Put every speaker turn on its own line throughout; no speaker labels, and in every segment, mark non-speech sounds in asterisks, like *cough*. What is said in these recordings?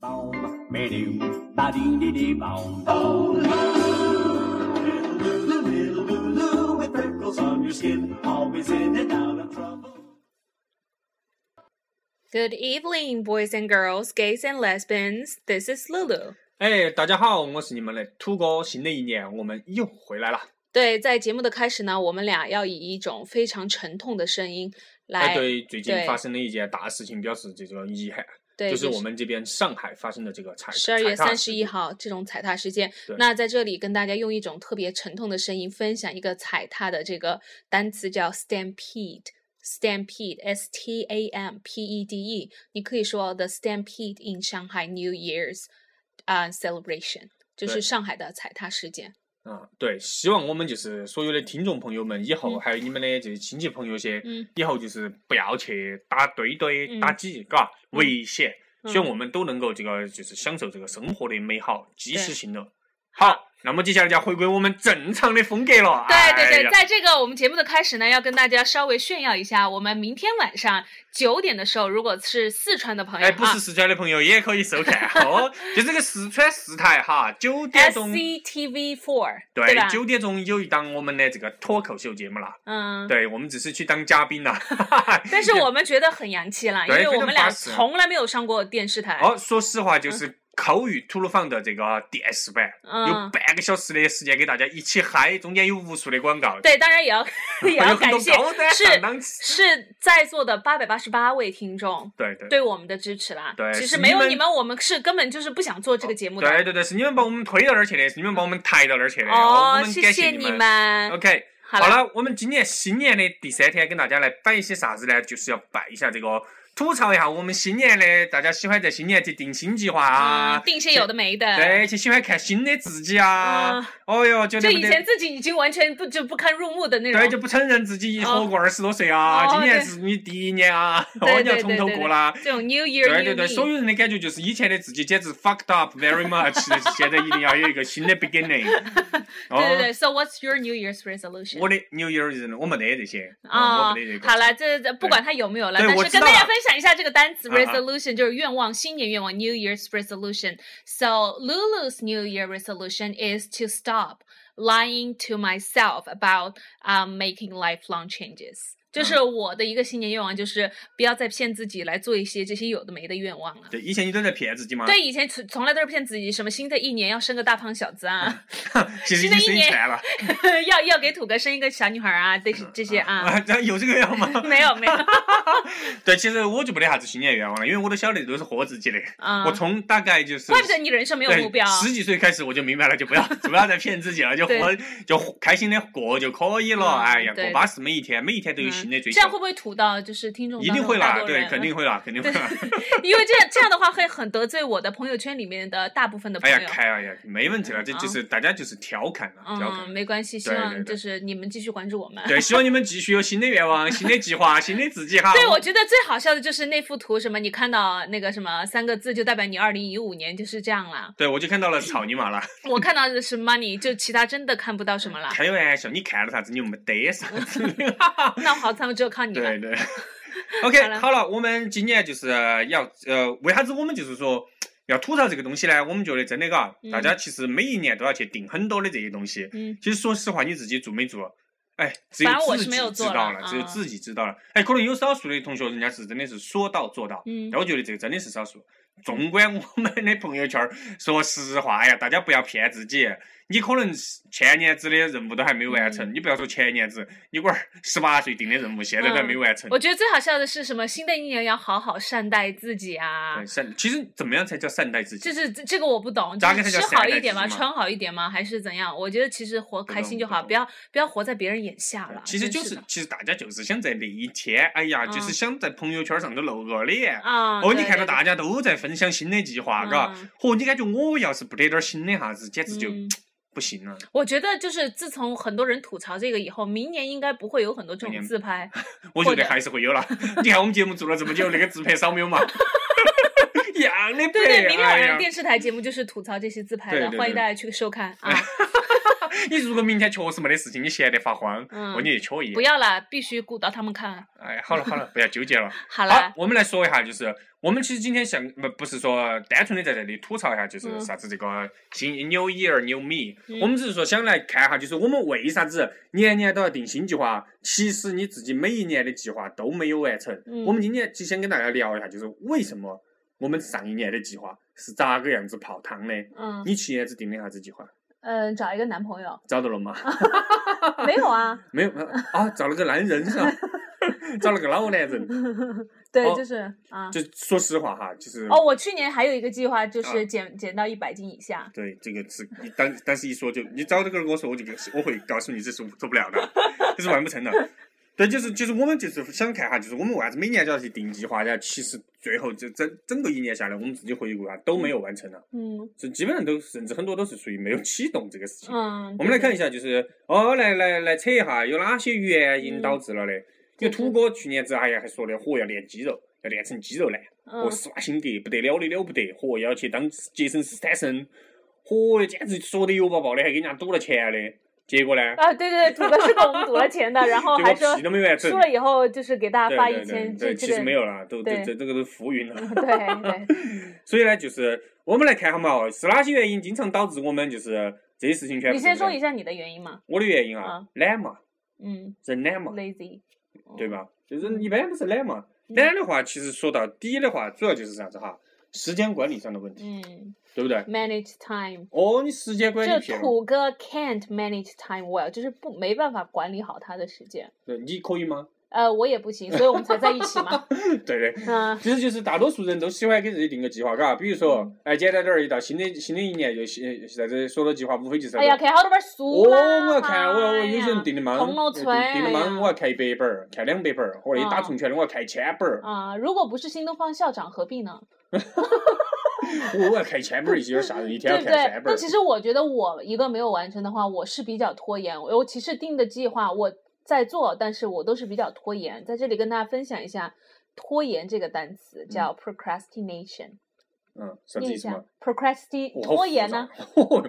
Boom, ba-doom, ba-dee-dee-dee, boom. Oh, Lou, Lou, little Lulu with freckles on your skin, always in and out of trouble.
Good evening, boys and girls, gays and lesbians. This is Lulu。
哎，大家好，我是你们的土哥。新的一年，我们又回来了。
对，在节目的开始呢，我们俩要以一种非常沉痛的声音来
哎，对最近
对
发生的一件大事情表示这个遗憾，
对，
就是我们这边上海发生的这个踩
十二月
踩踏
三十一
事故
号这种踩踏事件
对。
那在这里跟大家用一种特别沉痛的声音分享一个踩踏的这个单词，叫 stampede。Stampede，S T A M P E D E，你可以说 The Stampede in Shanghai New Year's 啊、celebration，就是
对
上海的踩踏事件。
啊、对，希望我们就是所有的听众朋友们，以后、
嗯
还有你们的这些亲戚朋友些，
嗯
以后就是不要去打堆堆、
嗯
打挤，嘎，
嗯
危险。
嗯
希望我们都能够这个就是享受这个生活的美好，及时
对
行乐。好，那么接下来就要回归我们正常的风格了。
对对
哎
对，
呀
在这个我们节目的开始呢，要跟大家稍微炫耀一下，我们明天晚上九点的时候，如果是四川的朋友
哎，不
啊
是四川的朋友也可以收
*laughs*
看哦，就这个四川四台哈，九点钟
，SCTV Four，对吧
对，？九点钟有一档我们的这个脱口秀节目啦。
嗯，
对，我们只是去当嘉宾啦。哈哈哈
*laughs* 但
*laughs*
是我们觉得很洋气啦，因
对
为我们俩
非常巴适
从来没有上过电视台。
哦，说实话，就是口语吐鲁番的这个电视版，有
嗯嗯，
半个小时的时间给大家一起嗨，中间有无数的广告，
对，当然也要也
还
要
*laughs* 有很
感
多
谢
高端
是
上档次。
是在座的八百八十八位听众
对对
对我们的支持啦。
对
其实
是
没有
你们
你们，我们是根本就是不想做这个节目的。
对对对，是你们把我们推到那儿去的，是你们把我们抬到那儿去的。哦
哦
我，们
谢
感
谢
你们。
们。
OK，
好
好
了，
了，我们今年新年的第三天，跟大家来摆一些啥子呢？就是要摆一下这个，吐槽一下我们新年的，大家喜欢在新年去定新计划
嗯
啊，，
定些有的没的。
对，去喜欢看新的自己啊
嗯。
哦哟，觉
就
得
以前自己已经完全不就不堪入目的那种。
对，就不承认自己活过二十多岁啊，
哦
今年
对
是你第一年啊， *laughs*
对
哦，你要
对
从
对
头
对
过啦。
这种 New Year
*laughs* 对
New
对对，
Me
所有人的感觉就是以前的自己简直 fucked up very much，
*laughs*
现在一定要有一个新的 beginning。哦
对对对，So what's your New Year's resolution？
我的 New Year's 我没得这些， *laughs*
啊、
嗯我没得这个。
好了，这这不管它有没有了，
对
但
我
是
知
跟
道
大家
了
分享一下这个单词
啊啊
resolution，、就是愿望，新年愿望 New Year's resolution。So Lulu's New Year resolution is to stop lying to myself about um making lifelong changes。就是
嗯
我的一个新年愿望，就是不要再骗自己来做一些这些有的没的愿望了。
对，以前你都在骗自己嘛。
对，以前从从来都是骗自己，什么新的一年要生个大胖小子啊，
其实已
新的
经
一
生
年
全了。
要要给土哥生一个小女孩啊，这些这些 *laughs* 啊，
嗯啊，有 *laughs* 这个样吗？
*laughs* 没有没有，
对，其实我就没得啥子新年愿望了，因为我都晓得都是喝自己的。
啊
我从大概就是
怪不得你人生没有
对
目标。
十几岁开始我就明白了，就
*laughs*
不要就不要再骗自己了，就活就活开心的过就可以了。
嗯
哎呀，
对
过巴适每一天，每一天都有
嗯
新的追
这
求
样。会不会吐到就是听众
一
当
定
中
会
大
啦，
多
对，
人 *laughs*
肯定。会啦，肯定会啦。
因为这样这样的话会很得罪我的朋友圈里面的大部分的
哎
朋友。
呀，开哎呀，没问题了，这就是大家就是调侃了，调侃
嗯，。没关系，希
对对
望
对
就是你们继续关注我们。
对，希望你们继续有新的愿望、新的计划、新的自己
*laughs*
哈。
对，我觉得最好笑的就是那幅图，什么你看到那个什么三个字，就代表你二零一五年就是这样啦。
对我就看到了草泥马了。
我看到的是 money，就其他真的看不到什么啦。
哎开玩笑，你看了啥子？你又没得啥子。
那好惨，只有靠你了
对。对。OK，
好了
好了，我们今年就是要呃，为啥子我们就是说要吐槽这个东西呢？我们觉得真的嘎
嗯，
大家其实每一年都要去定很多的这些东西。
嗯，
其实说实话，你自己做没做？哎，只有
反正我
自
是没
己
有
知
做
道
了
了，只有
嗯
自己知道了。哎，可能有少数的同学，人家是真的是说到做到。
嗯
但我觉得这个真的是少数。纵观我们的朋友圈儿，说实话哎呀，大家不要骗自己。你可能是前年子的任务都还没完
嗯
成，你不要说前年子，你龟儿十八岁定的任务现在都还没完成。
我觉得最好笑的是什么？新的一年要好好善待自己啊
对，！善，其实怎么样才叫善待自己？
就是这这个我不懂，就
大概
是吃
它叫
好
善待
一点
自
吗？
己嘛
穿好一点吗？还是怎样？我觉得其实活开心就好，
不懂不懂
不要不要活在别人眼下了。
其实
真
就是是
的，
其实大家就是想在那一天，哎呀，
嗯
就是想在朋友圈上头露个脸。
啊，
哦，
对
你看到
对
大家都在分享新的计划，
嗯
嘎，嚯，你感觉我要是不得点儿新的啥子，简直就
嗯
不行啊了。
我觉得就是自从很多人吐槽这个以后，明年应该不会有很多这
明
种
年
自拍。
我觉
或者
得还是会有啦。 *laughs* 你看我们节目做了这么久，那个自拍少没有嘛？ *laughs* 一样的
对对，
拍
明天
哎
晚
呀
上电视台节目就是吐槽这些自拍
对哎
的，
对
欢迎
对
大家去收看啊。
你如果明天确实没得事情，你闲得发慌，
嗯
我你就缺一
不。要了，必须鼓捣他们看。
哎，好了好了，不要纠结了。
好
好
了，，
我们来说一下，就是我们其实今天想不不是说单纯的在这里吐槽一下，就是
嗯
啥子这个新 New Year New Me，、
嗯
我们只是说想来看一下，就是我们为啥子年年都要定新计划，其实你自己每一年的计划都没有完成。
嗯
我们今天就想跟大家聊一下，就是为什么我们上一年的计划是咋个样子泡汤的？
嗯
你去年子定的啥子计划？
嗯，找一个男朋
*laughs*
友
找到了吗？
啊没有啊？
没有啊，找了个男人是吧？ *laughs* 找了个老男人，
对，
哦
就是啊。
就说实话哈，就是
哦，我去年还有一个计划，就
啊
是减减到一百斤以下。
对，这个是，但但是一说就你早点跟我说，我就跟我会告诉你这是做不了的，这是完不成的。对，就是就是我们就是想看哈，就是我们为啥子每年都要去定计划，然后其实最后这整整个一年下来，我们自己回顾下都没有完成了，
嗯
就基本上都甚至很多都是属于没有启动这个事情。
嗯，
我们
对
来看一下，就是哦，来来来扯一下有哪些原因导致
嗯
了的。因
就
为
是
土哥去年子哎呀还说的，嚯要练肌肉，要练成肌肉男。
嗯
哦，施瓦辛格不得了的了不得，嚯，要去当杰森斯坦森，嚯，简直说的油爆爆的，还给人家赌了钱的，结果呢，
啊，对对对，土哥是给我们赌了钱的，然后还
*laughs* 结果
说
皮都没完成
输。了以后就是给大家
对
发
对
一
对
千，这
对，
这
其实
个
没有啦，都这
对
这这个都浮云了。
对
*laughs*
对，
所以呢，就是我们来看下嘛，哦，是哪些原因经常导致我们就是这些事情全部
你
做不了？
先说一下你的原因嘛。
我的原因啊
啊，
懒嘛，
嗯
人懒嘛，
，lazy，
对
嗯？
吧？就是一般都是懒
嗯
嘛。懒的话，其实说到底的话，主要就是啥子哈？时间管理上的问题，
嗯
对不对？
，manage time。
哦，你时间管理
这
偏，
土哥 can't manage time well，就是不没办法管理好他的时间。
对，你可以吗？
呃，我也不行，所以我们才在一起
*laughs*
嘛。
对对。
嗯、
*laughs* 其实就是大多数人都喜欢给自己定个计划，嘎，比如说
嗯，
哎，简单点儿，一到新的新的一年就新啥子说到计划，无非就是啥
哎呀，
子。
看好多本儿书
哦，
啦
我要看，我要我有些人定
哎
的
呀
忙，
红楼
我
村
定定的
哎
忙，
呀
我要看一百本儿，看两百本儿，或者一打
啊
重拳的我要看一千本儿，
啊、如果不是新东方校长，何必呢？
哦我我要看一千本儿，有点吓人，一天
对
要
不
看
对
三？本
但
儿。
其实我觉得我一个没有完成的话，我是比较拖延。我尤其是定的计划我在做，但是我都是比较拖延。在这里跟大家分享一下，拖延这个单词叫 procrastination，、
嗯，啥子
念
意
一
思
下
嘛？
procrasti
*laughs* 我好
拖
复
延
杂
呢、
好复杂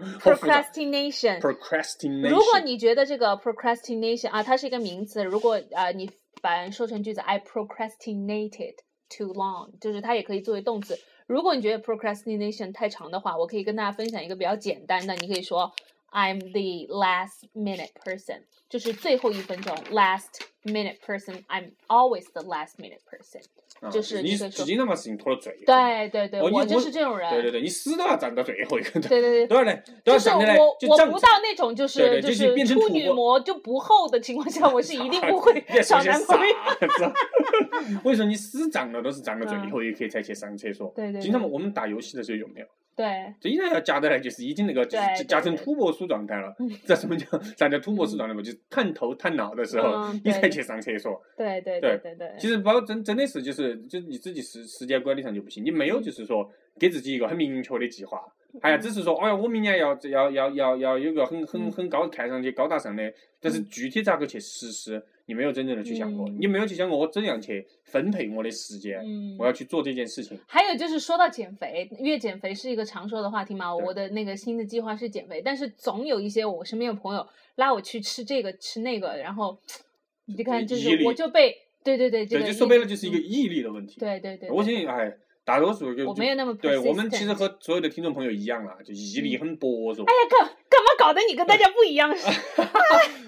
procrastination。
procrastination。
如果你觉得这个 procrastination 啊，它是一个名词，如果呃你把它说成句子，I procrastinated too long，就是它也可以作为动词。如果你觉得 procrastination 太长的话，我可以跟大家分享一个比较简单的，你可以说 I'm the last minute person，就是最后一分钟 last minute person，I'm always the last minute person。
啊
就是
你
你可以
自
说
己能把事情拖到最后。
对对对，
哦你
我就
我
是这种人。
对对对，你死都要站到最后一个。对
对对对
*laughs* 都要来，
就
都要
是
站起来
我，
就
我
站
不到那种就是
对对就
就是
变成
处
土
女
拨
膜就不厚的情况
*laughs*
下，我是一定不会找男朋友。
友。我跟你说，你死胀了都是胀到最后一刻才去上厕所。
嗯对对
经常
对
我们打游戏的时候有没有？
对，
经常要夹得来，就是已经那个就
对
是
对
夹成
对
土拨鼠状态了
嗯。
*laughs* 这什么叫啥叫土拨鼠状态嘛？就是探头探脑的时候
嗯，
你
对
才
对
去上厕所。
对对
对
对对
其实包真真的是就是就你自己时时间管理上就不行，你没有
嗯
就是说给自己一个很明确的计划。哎呀，只是说，哎呀，我明年要要要要要有个很很
嗯
很高看上去高大上的，但是具体咋个去实施，你没有真正的去想过，
嗯
你没有去想过我怎样去分配我的时间，
嗯
我。要去做这件事情。
还有就是说到减肥，因为减肥是一个常说的话题嘛。
对
我的那个新的计划是减肥，但是总有一些我身边的朋友拉我去吃这个吃那个，然后你就看，就
毅
是
力
我就被对对对，这
对，
个
就说白了
毅
就是一个
嗯
毅力的问题。
对对对，
我
对
相信，哎，大多数就
我没有那么
对我们其实
persistent
和所有的听众朋友一样啦，就毅力
嗯
很薄弱。
哎呀，干干嘛搞得你跟大家不一
*laughs*
样似的？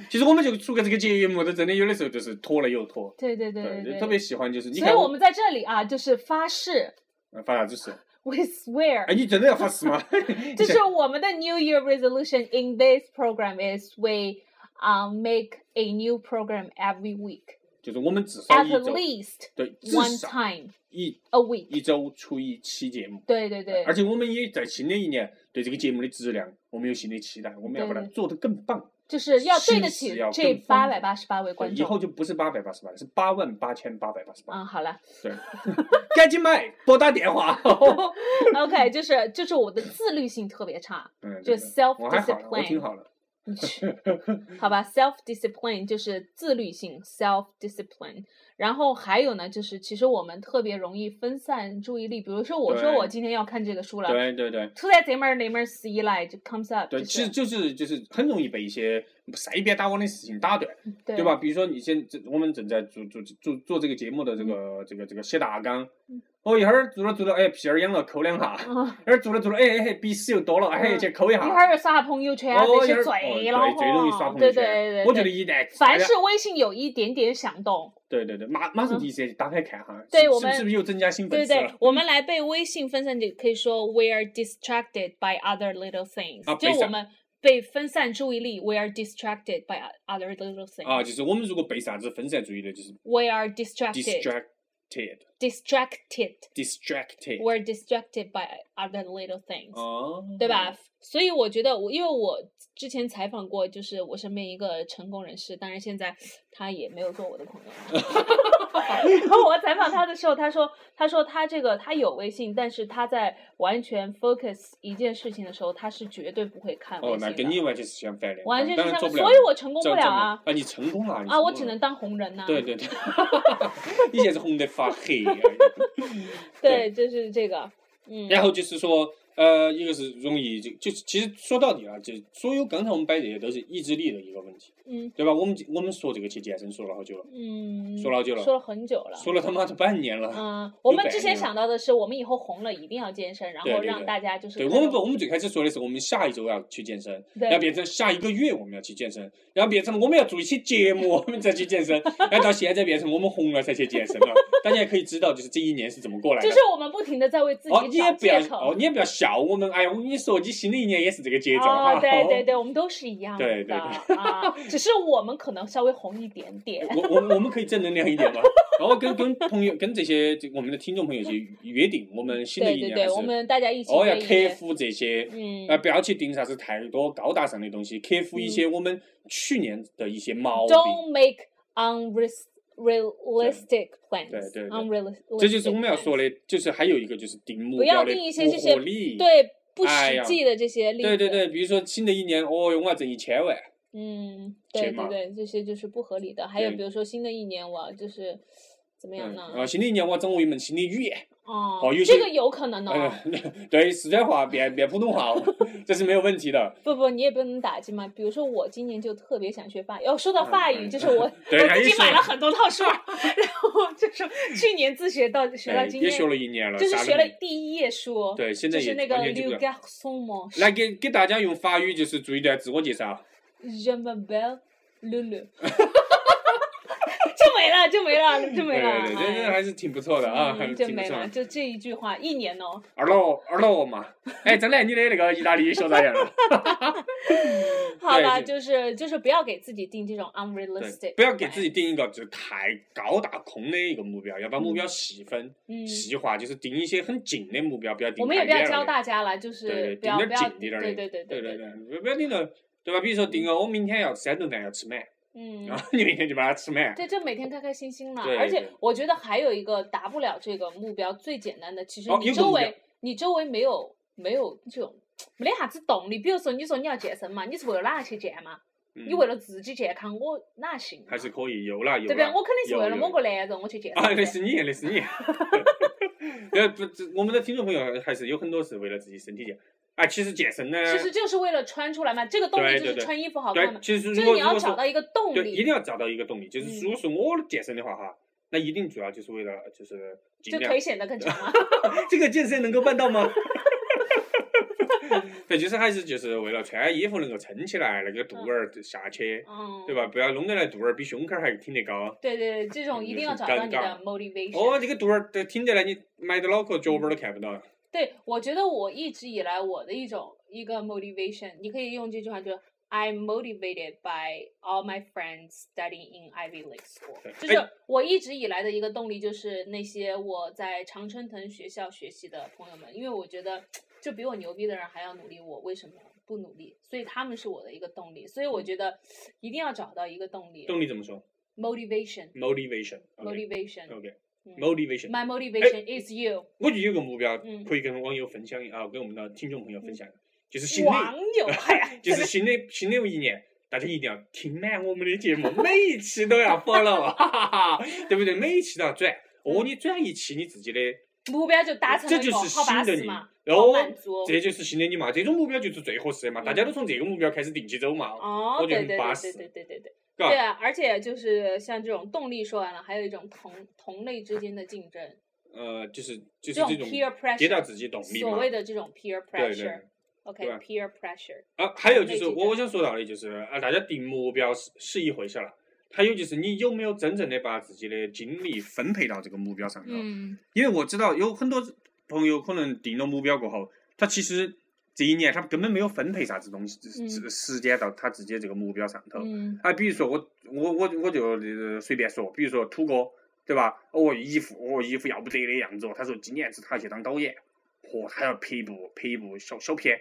其实我们就出个这个节目，都真的有的时候就是拖了又拖。
对对对
对，
对，
就特别喜欢就是你
所以
看
我们在这里啊，就是发誓
嗯发啥子誓？
，we swear，、
哎，你真的要发誓吗？ *laughs*
就是我们的 New Year resolution in this program is we um make a new program every week
就是我们至少
at
一周，
least
对，至
one
少
time
一
a week。
一周出一期节目。
对对对，
而且我们也在新的一年对这个节目的质量，我们有新的期待，我们要把它
对对
做得更棒。
就是要对得
信
起
息要
这
更
八
丰
百
富
八十八位观
对以后
众。
就不是八百八十八，是八万八千八百八十八。
嗯，好了
对， *laughs* 赶紧买，拨打电话。 *laughs*
，OK，就是就是我的自律性特别差，
嗯，
就
对对
self
*laughs* 嗯我还好了，我
discipline
*laughs* 挺。好了。
你去好吧，self discipline 就是自律性，self discipline。然后还有呢，就是其实我们特别容易分散注意力。比如说，我说
对
我今天要看这个书了，
对对对
突然这门儿那门儿死一来就 comes up，
对，
就
其实
是
就是就是很容易被一些筛边打网的事情打断，
对
对吧？？比如说你现这我们正在做做做做这个节目的这
嗯
个这个这个写大纲，哦一会儿做着做着，哎屁眼儿痒了，抠两下；
嗯，
一会儿做着做着，哎哎哎鼻屎又多了，哎
嗯
去抠一
一会
下。
儿又刷朋友圈啊，
哦，
这
一会
些
儿
最
哦
了
对，最容易刷
慌
朋友
对对
圈。
对对，
我觉得哎一旦
凡是微信有一点点响动，
对对对，马马上第一时间打开看哈，
对
是
我
是不
们
是不是又增加 *laughs* 兴
对
奋
不
值
对
了？？
我们来被微信分散，就可以说 we are distracted by other little things，、
啊
就
被
我
散
们被分散注意力，we are distracted by other little things，、
啊，就是我们如果被啥子分散注意力，就是
we are distracted
distracted
distracted
distracted
we're distracted by other little things，、
哦，
对吧？？所以我觉得我，因为我之前采访过，就是我身边一个成功人士，当然现在他也没有做我的朋友。 *laughs* 然后我采访他的时候，他说，他说他这个他有微信，但是他在完全 focus 一件事情的时候，他是绝对不会看微
哦，
信的。
那跟你完全是相反的，
完全
当
是像，
然做不了，
所以我成功
这
不了啊！
这啊，你成功了你成
啊，我
功
只
了
能当红人呐、
对对对， *laughs* 你现在是红得发黑啊。
*laughs* 对，就是这个，嗯，
然后就是说，呃，一个是容易就就其实说到底啊，就所有刚才我们摆这些都是意志力的一个问题，
嗯
对吧？我们我们说这个去健身说了好久了，
嗯，
说了好久了
说了很久了，
说了他妈的半年了。
嗯，我
有
们
感
之前
觉
想到的是，我们以后红了一定要健身，然
对
后
对
让
对
大家就是
对
看
我们
到
不，我们最开始说的是我们下一周要去健身，
对
要变成下一个月我们要去健身，然后变成我们要做一期节目我们再去健身，然后到现在变成我们红了才去健身了。大家也可以知道，就是这一年是怎么过来的。
就是我们不停的在为自
哦，
己
你也
找
不要
借口。
哦，你也不要笑我们。哎呀，我跟你说，你新的一年也是这个节奏哈。
哦对
*laughs*
对对，我们都是一样的
对对
啊，只是我们可能稍微红一点点。 *laughs*
我我我们可以正能量一点嘛，然后跟跟朋友跟这些这我们的听众朋友去约定，我们新的
对
一
对
年还
对，
是
我们大家一起
哦要
对一
克
点
服这些，
嗯，
呃不要去定啥子太多高大上的东西，克服一些我们去年的一些毛病。
，Don't make unrealistic plans。
对对对
unrealistic。
这就是我们要说。的，就是还有一个就是定目
不要
标的
定一些这
不
些
合理。
对不
哎
实
呀
际的这些例子。
对对对，比如说新的一年，哦哟，我要挣一千万，
嗯，
钱
对对
嘛
对，这些就是不合理的。还有
对
比如说新的一年我就是怎么样
嗯，
呢？
然后新的一年我要掌握一门新的语言，
哦
哦有些
这个有可能哦。
嗯， *laughs* 对，四川话变变普通话， *laughs* 这是没有问题的。
不不，你也不能打击嘛。比如说我今年就特别想学法语。哦，说到法语，
嗯
就是我
对
我
还
自己
是
买了很多套书儿， *laughs* 然后
*laughs*
就是去年自学到学到
哎
今
也
天，
学了一年了，
就是
啥都
学了
没
第一页书。
对，现在
就
也
是那个
完全记
Le
不了。
Garçon m o n
来给给大家用法语就是做一段自我介绍，
Je m'appelle
*laughs*
Lulu。就没了，就没了，就没
对
了。
对对，这
哎
个还是挺不错的啊，
嗯，就
挺不
没
错
了，
的。
就这一句话，一年
*laughs*
哦。
二老二
*laughs*
老嘛，哎，真的，你的那个意大利语学咋样了？
好
对
吧，
就
就是就是不要给自己定这种
对
unrealistic，，
不要给自己定一个就是太高大空的一个目标，要把目标细分、
嗯，
细化，就是定一些很近的目标，不要定
我们也
太
不要
远
教
了的
大家了，就
对对
是不要
定
不
点
要，
紧一点儿
对
的
对对
对
对
对，对，不要定了，对吧？比如说定个我明天要三顿饭要吃满，
嗯
然，后你明天就把它吃满。
对，就每天开开心心嘛。
对
而且
对
我觉得还有一个达不了这个目标最简单的，其实
哦
你
有个
周
目标
围你周围没有没有这种没得啥子动力。比如说你说你要健身嘛，你是为了哪去健嘛？
嗯
你为了自己健康，我哪行嘛？
还是可以，有啦有啦。
对不对？我肯定是
有
为了
有
某个男人我去健身
啊，
噻。
那是你，那
*laughs*
是你。呃，不，这我们的听众朋友还是有很多是为了自己身体健。啊，其实健身呢，
其实就是为了穿出来嘛，这个动力
对
就
对
是
对
穿衣服好看嘛
对，。其实
就
如
是
果
你
如
要
果
找
说
到一个动
对，一定
力，
要找到一个动力，就是
嗯
如果是我健身的话哈，那一定主要就是为了就是
就
尽量
腿显得更长
*laughs*
了。
这个健身能够办到
*laughs*
吗？ *laughs* 对，其实还是就是为了穿衣服能够撑起来，那个肚儿下去，
嗯，
对吧？不要弄得来肚儿比胸口还挺得高。
对？对对，这种一定要找到你的
尴尬
motivation。
哦，这个肚儿都挺得来，你埋到脑壳脚板儿都看不到。
嗯对，我觉得我一直以来我的一种一个 motivation，你可以用这句话，就是 I'm motivated by all my friends studying in Ivy League school，
对
就是
哎
我一直以来的一个动力，就是那些我在常春藤学校学习的朋友们，因为我觉得就比我牛逼的人还要努力，我为什么不努力？所以他们是我的一个动力，所以我觉得一定要找到一个动力
嗯动力怎么说
motivation。
？motivation。
motivation，
OK，
嗯
motivation。哎
My motivation is you。
我就有个目标
嗯
可以跟网友分享一啊，跟我们的听众朋友分享。就是新的，
网友啊呀
*laughs* 就是新的新的一年，大家一定要听满我们的节目，每一期都要 follow，哈哈哈，对不对？每一期都要转。哦，你转一期你自己的，
目标就嗯达成
这
了
就
一
是
个，好
新
巴
的
适
你
嘛，，
然
好
后
满足。嗯
这就是新的你嘛，这种目标就是最合适的嘛，大家都从这个目标开始定起走嘛，
哦，
我觉
对
得很
对
巴
对
适
对对对对对，
嘎
对啊，而且就是像这种动力说完了，还有一种同同类之间的竞争，
呃，就是就是
种
这种
peer
给到
pressure，
自己动力
所
嘛
谓。的这种 peer
对对对
pressure。
对吧
OK，peer pressure，
啊，还有就
内
是
竞
我我想说到的，就是啊，大家定目标是是一回事儿了，还有就是你有没有真正的把自己的精力分配到这个目标上头？
嗯，
因为我知道有很多朋友可能定了目标过后，他其实这一年他根本没有分配啥子东西，
嗯
这时间到他自己这个目标上头。
嗯，
啊，比如说我我我我就呃随便说，比如说土哥，对吧？哦，一副哦一副要不得的样子哦。他说今年子他要去当导演，嚯、他要拍一部拍一部小小片，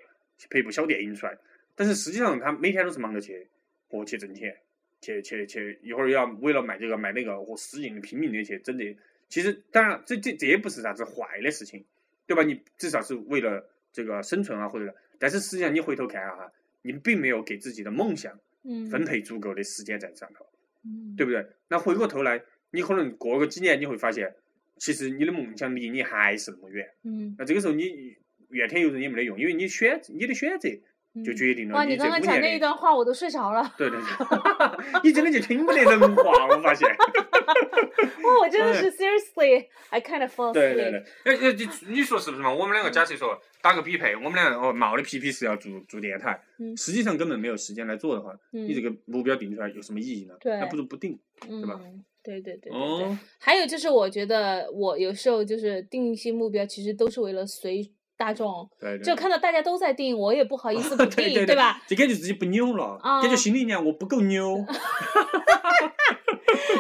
拍一部小电影出来。但是实际上他每天都是忙着去，哦去挣钱，去去去，一会儿要为了卖这个卖那个，哦使劲的拼命的去整这。其实当然这这这也不是啥子坏的事情，对吧？你至少是为了这个生存啊或者，但是实际上你回头看啊哈，你并没有给自己的梦想。
嗯，
分配足够的时间在上头，
嗯，
对不对？那回过头来，你可能过个几年，你会发现，其实你的梦想离你还是那么远。
嗯，
那这个时候你怨天尤人也没得用，因为你选你的选择
嗯，
就决定了
哇，你
这
刚
五
刚讲那
年
一
的。
段话，我都睡
*laughs*
着了。
对对对， *laughs* 你真的就听不得人话，我
*laughs*
发现。
哇，我真的是 seriously，I kind of fall asleep。
对对对，哎哎，你你说是不是嘛？我们两个假设说打个匹配，我们两个哦冒的皮皮是要做做电台，
嗯
实际上根本没有时间来做的话，你这
嗯，
个目标定出来有什么意义呢？
对
那不如不定。
嗯，
吧
对对对对对。
哦，
还有就是，我觉得我有时候就是定一些目标，其实都是为了随大众，
对对。
就看到大家都在定，我也不好意思不定，
嗯 *laughs* 对对
吧？？ *laughs*
就感觉自己不牛了，感觉
嗯
心里面我不够
*laughs*
牛。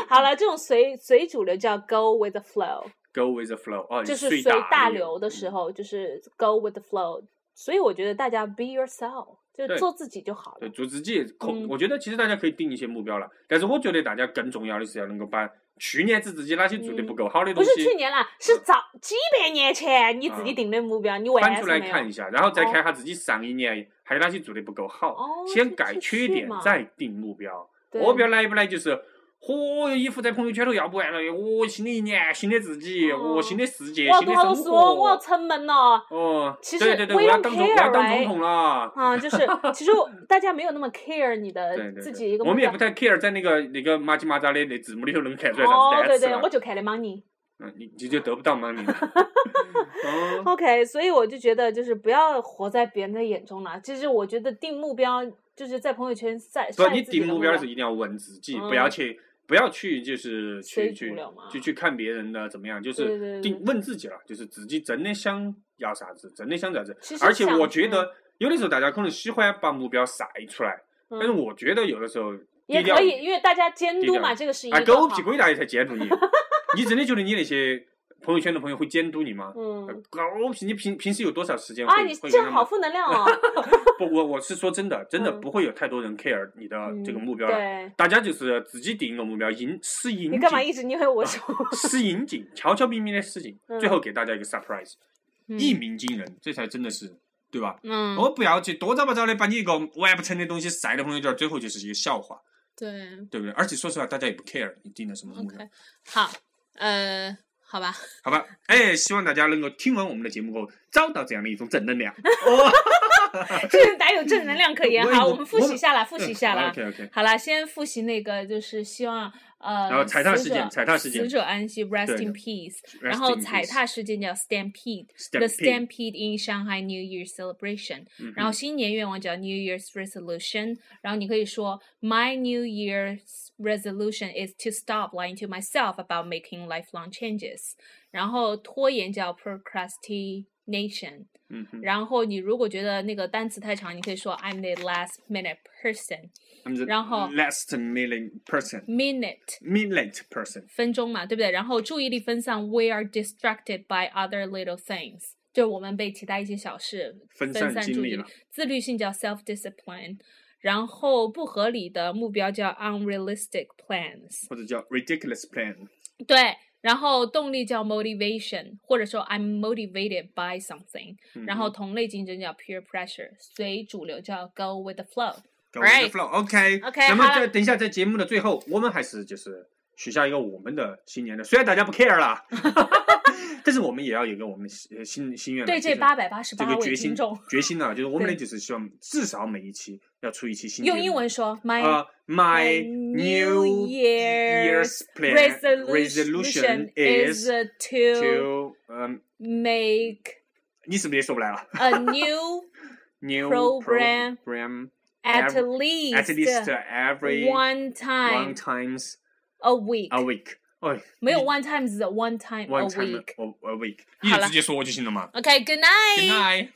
好了，这种随随主流叫 go with the flow，
Go with the flow，哦，
就是
随
随
大嗯
大流的时
候。
候，就是 go with the flow。所以我觉得大家 be yourself，就
对
做自己就好
对，
了。
做自己，可
嗯
我觉得其实大家可以定一些目标了，但是我觉得大家更重要的是要能够把去年子自己哪些做的不够好的
嗯不
东
是
西
去年啦，是早几百年前你自己
啊
定的目标，你为
翻
啥
出
子
来
没有？
看一下，然后再看下自己上一年还有哪些做的不够好，
哦
先
这
改
这
缺
是
点
嘛
再定目标。
对
我不要来不来就是，嚯、衣服在朋友圈都要不完了，我新的一年新的自己，我
哦
新的世界，
我
新的
读好
生
多
活。
书，我要成门了。
哦，
其
对
实
对对，
we
我要
don't
当总，我要当
care,
总统了。
啊，就是其实我大家没有那么 care 你
对
的
对
呃自
对
己一个
我
目
们也
标
不。太 care 在那个那个麻鸡麻喳的那字幕里头能看出来啥
哦，
子单
对
词
对，我
了。
就看了 money。
嗯，你你就得不
*laughs*
到 money 了。哦，
OK，所以我就觉得就是不要活在别人的眼中了。其实我觉得定目标就是在朋友圈晒
不，
晒
你
自己的
定目
目标
标的时候一定要问自己，不要
嗯
去不要去就是去
随
去
主流嘛
就去看别人的怎么样，就
对
是
对
定
对
问自己了，就是自己真的想要啥子，真的想啥子
其。实
而且
想
我觉
嗯
得有的时候大家可能喜欢把目标晒出来，但是
嗯
我觉得有的时候
也
低调
可以，因为大家监
低
督
调
嘛，这个是一
啊，
个
狗
哈
屁鬼大爷才监督你，你真的觉得你那些朋友圈的朋友会监督你吗？
嗯
狗屁！你平平时有多少时间会
啊，你
会
这
跟他
样好
们？
负能量哦。
不，我我是说真的，真的
嗯
不会有太多人 care 你的
嗯
*laughs* 这个目标了。
对，
大家就是自己定一个目标，引是引
你
颈，
干嘛 *laughs* 一直捏
啊
我手？
是引颈，悄悄咪咪的事情，
嗯
最后给大家一个 surprise，
嗯
一鸣惊人，这才真的是对吧？
嗯
我不要去多早八早的把你一个完不成的东西晒到朋友圈，最后就是一个笑话，
对。
对不对？而且说实话，大家也不 care 你定了什么目标。
OK，好，呃，好
*laughs*
吧，
好吧，哎，希望大家能够听完我们的节目后，找到这样的一种正能
*laughs*
量。哦，
*laughs* 这个哪有正能量可言？
我
好，
我
我们复习一下啦，复习一下啦。
OK OK， *laughs*
好啦，先复习那个，就是希望呃，
然后踩踏
死
事件
者
踩踏事件
死者安息，rest
对
in peace。然后踩踏事件叫 stampede，the
Stampede
stampede in Shanghai New Year celebration。
嗯哼
然后新年愿望叫 New Year's resolution，然后你可以说 My New Year's resolution is to stop lying to myself about making lifelong changes。然后拖延叫 procrastination。
嗯哼，
然后你如果觉得那个单词太长，你可以说 I'm the last minute person。
I'm the
然后
last million person *laughs*
minute
minute person，
分钟嘛，对不对？然后注意力分散，we are distracted by other little things，就是我们被其他一些小事
分散
散
精
注
力
意力
了。
自律性叫 self discipline，然后不合理的目标叫 unrealistic plans。
或者叫 ridiculous plan。
对，然后动力叫 motivation，或者说 I'm motivated by something。然
嗯
后同类竞争叫 peer pressure，随主流叫 go with the flow。
Go with
Right.
the flow, OK
OK，
那么
好
在等一下，在节目的最后，我们还是就是许下一个我们的新年的，虽然大家不 care 啦， *laughs* 但是我们也要有一个我们的心呃心心愿的。
对
就
这
是
八百八十
这
八
个
位
决心
听众，
决心呢、就是我们呢
对
就是希望至少每一期要出一期新节
用
目
英文说 my、
嗯啊、
My
Uh, My
New
New
Year's
Year's plan
resolution is
is
to
to 嗯，
make
你是不是也说不来了
*laughs*
*laughs*
a new
？New
Program
program
at
Ev-
least
at least every
one
one
time
times
a week，
a week。哦，
没有 one times，one time a
one time
week
a。a week，
好了
接说就行了嘛。
OK，good night。
Good night。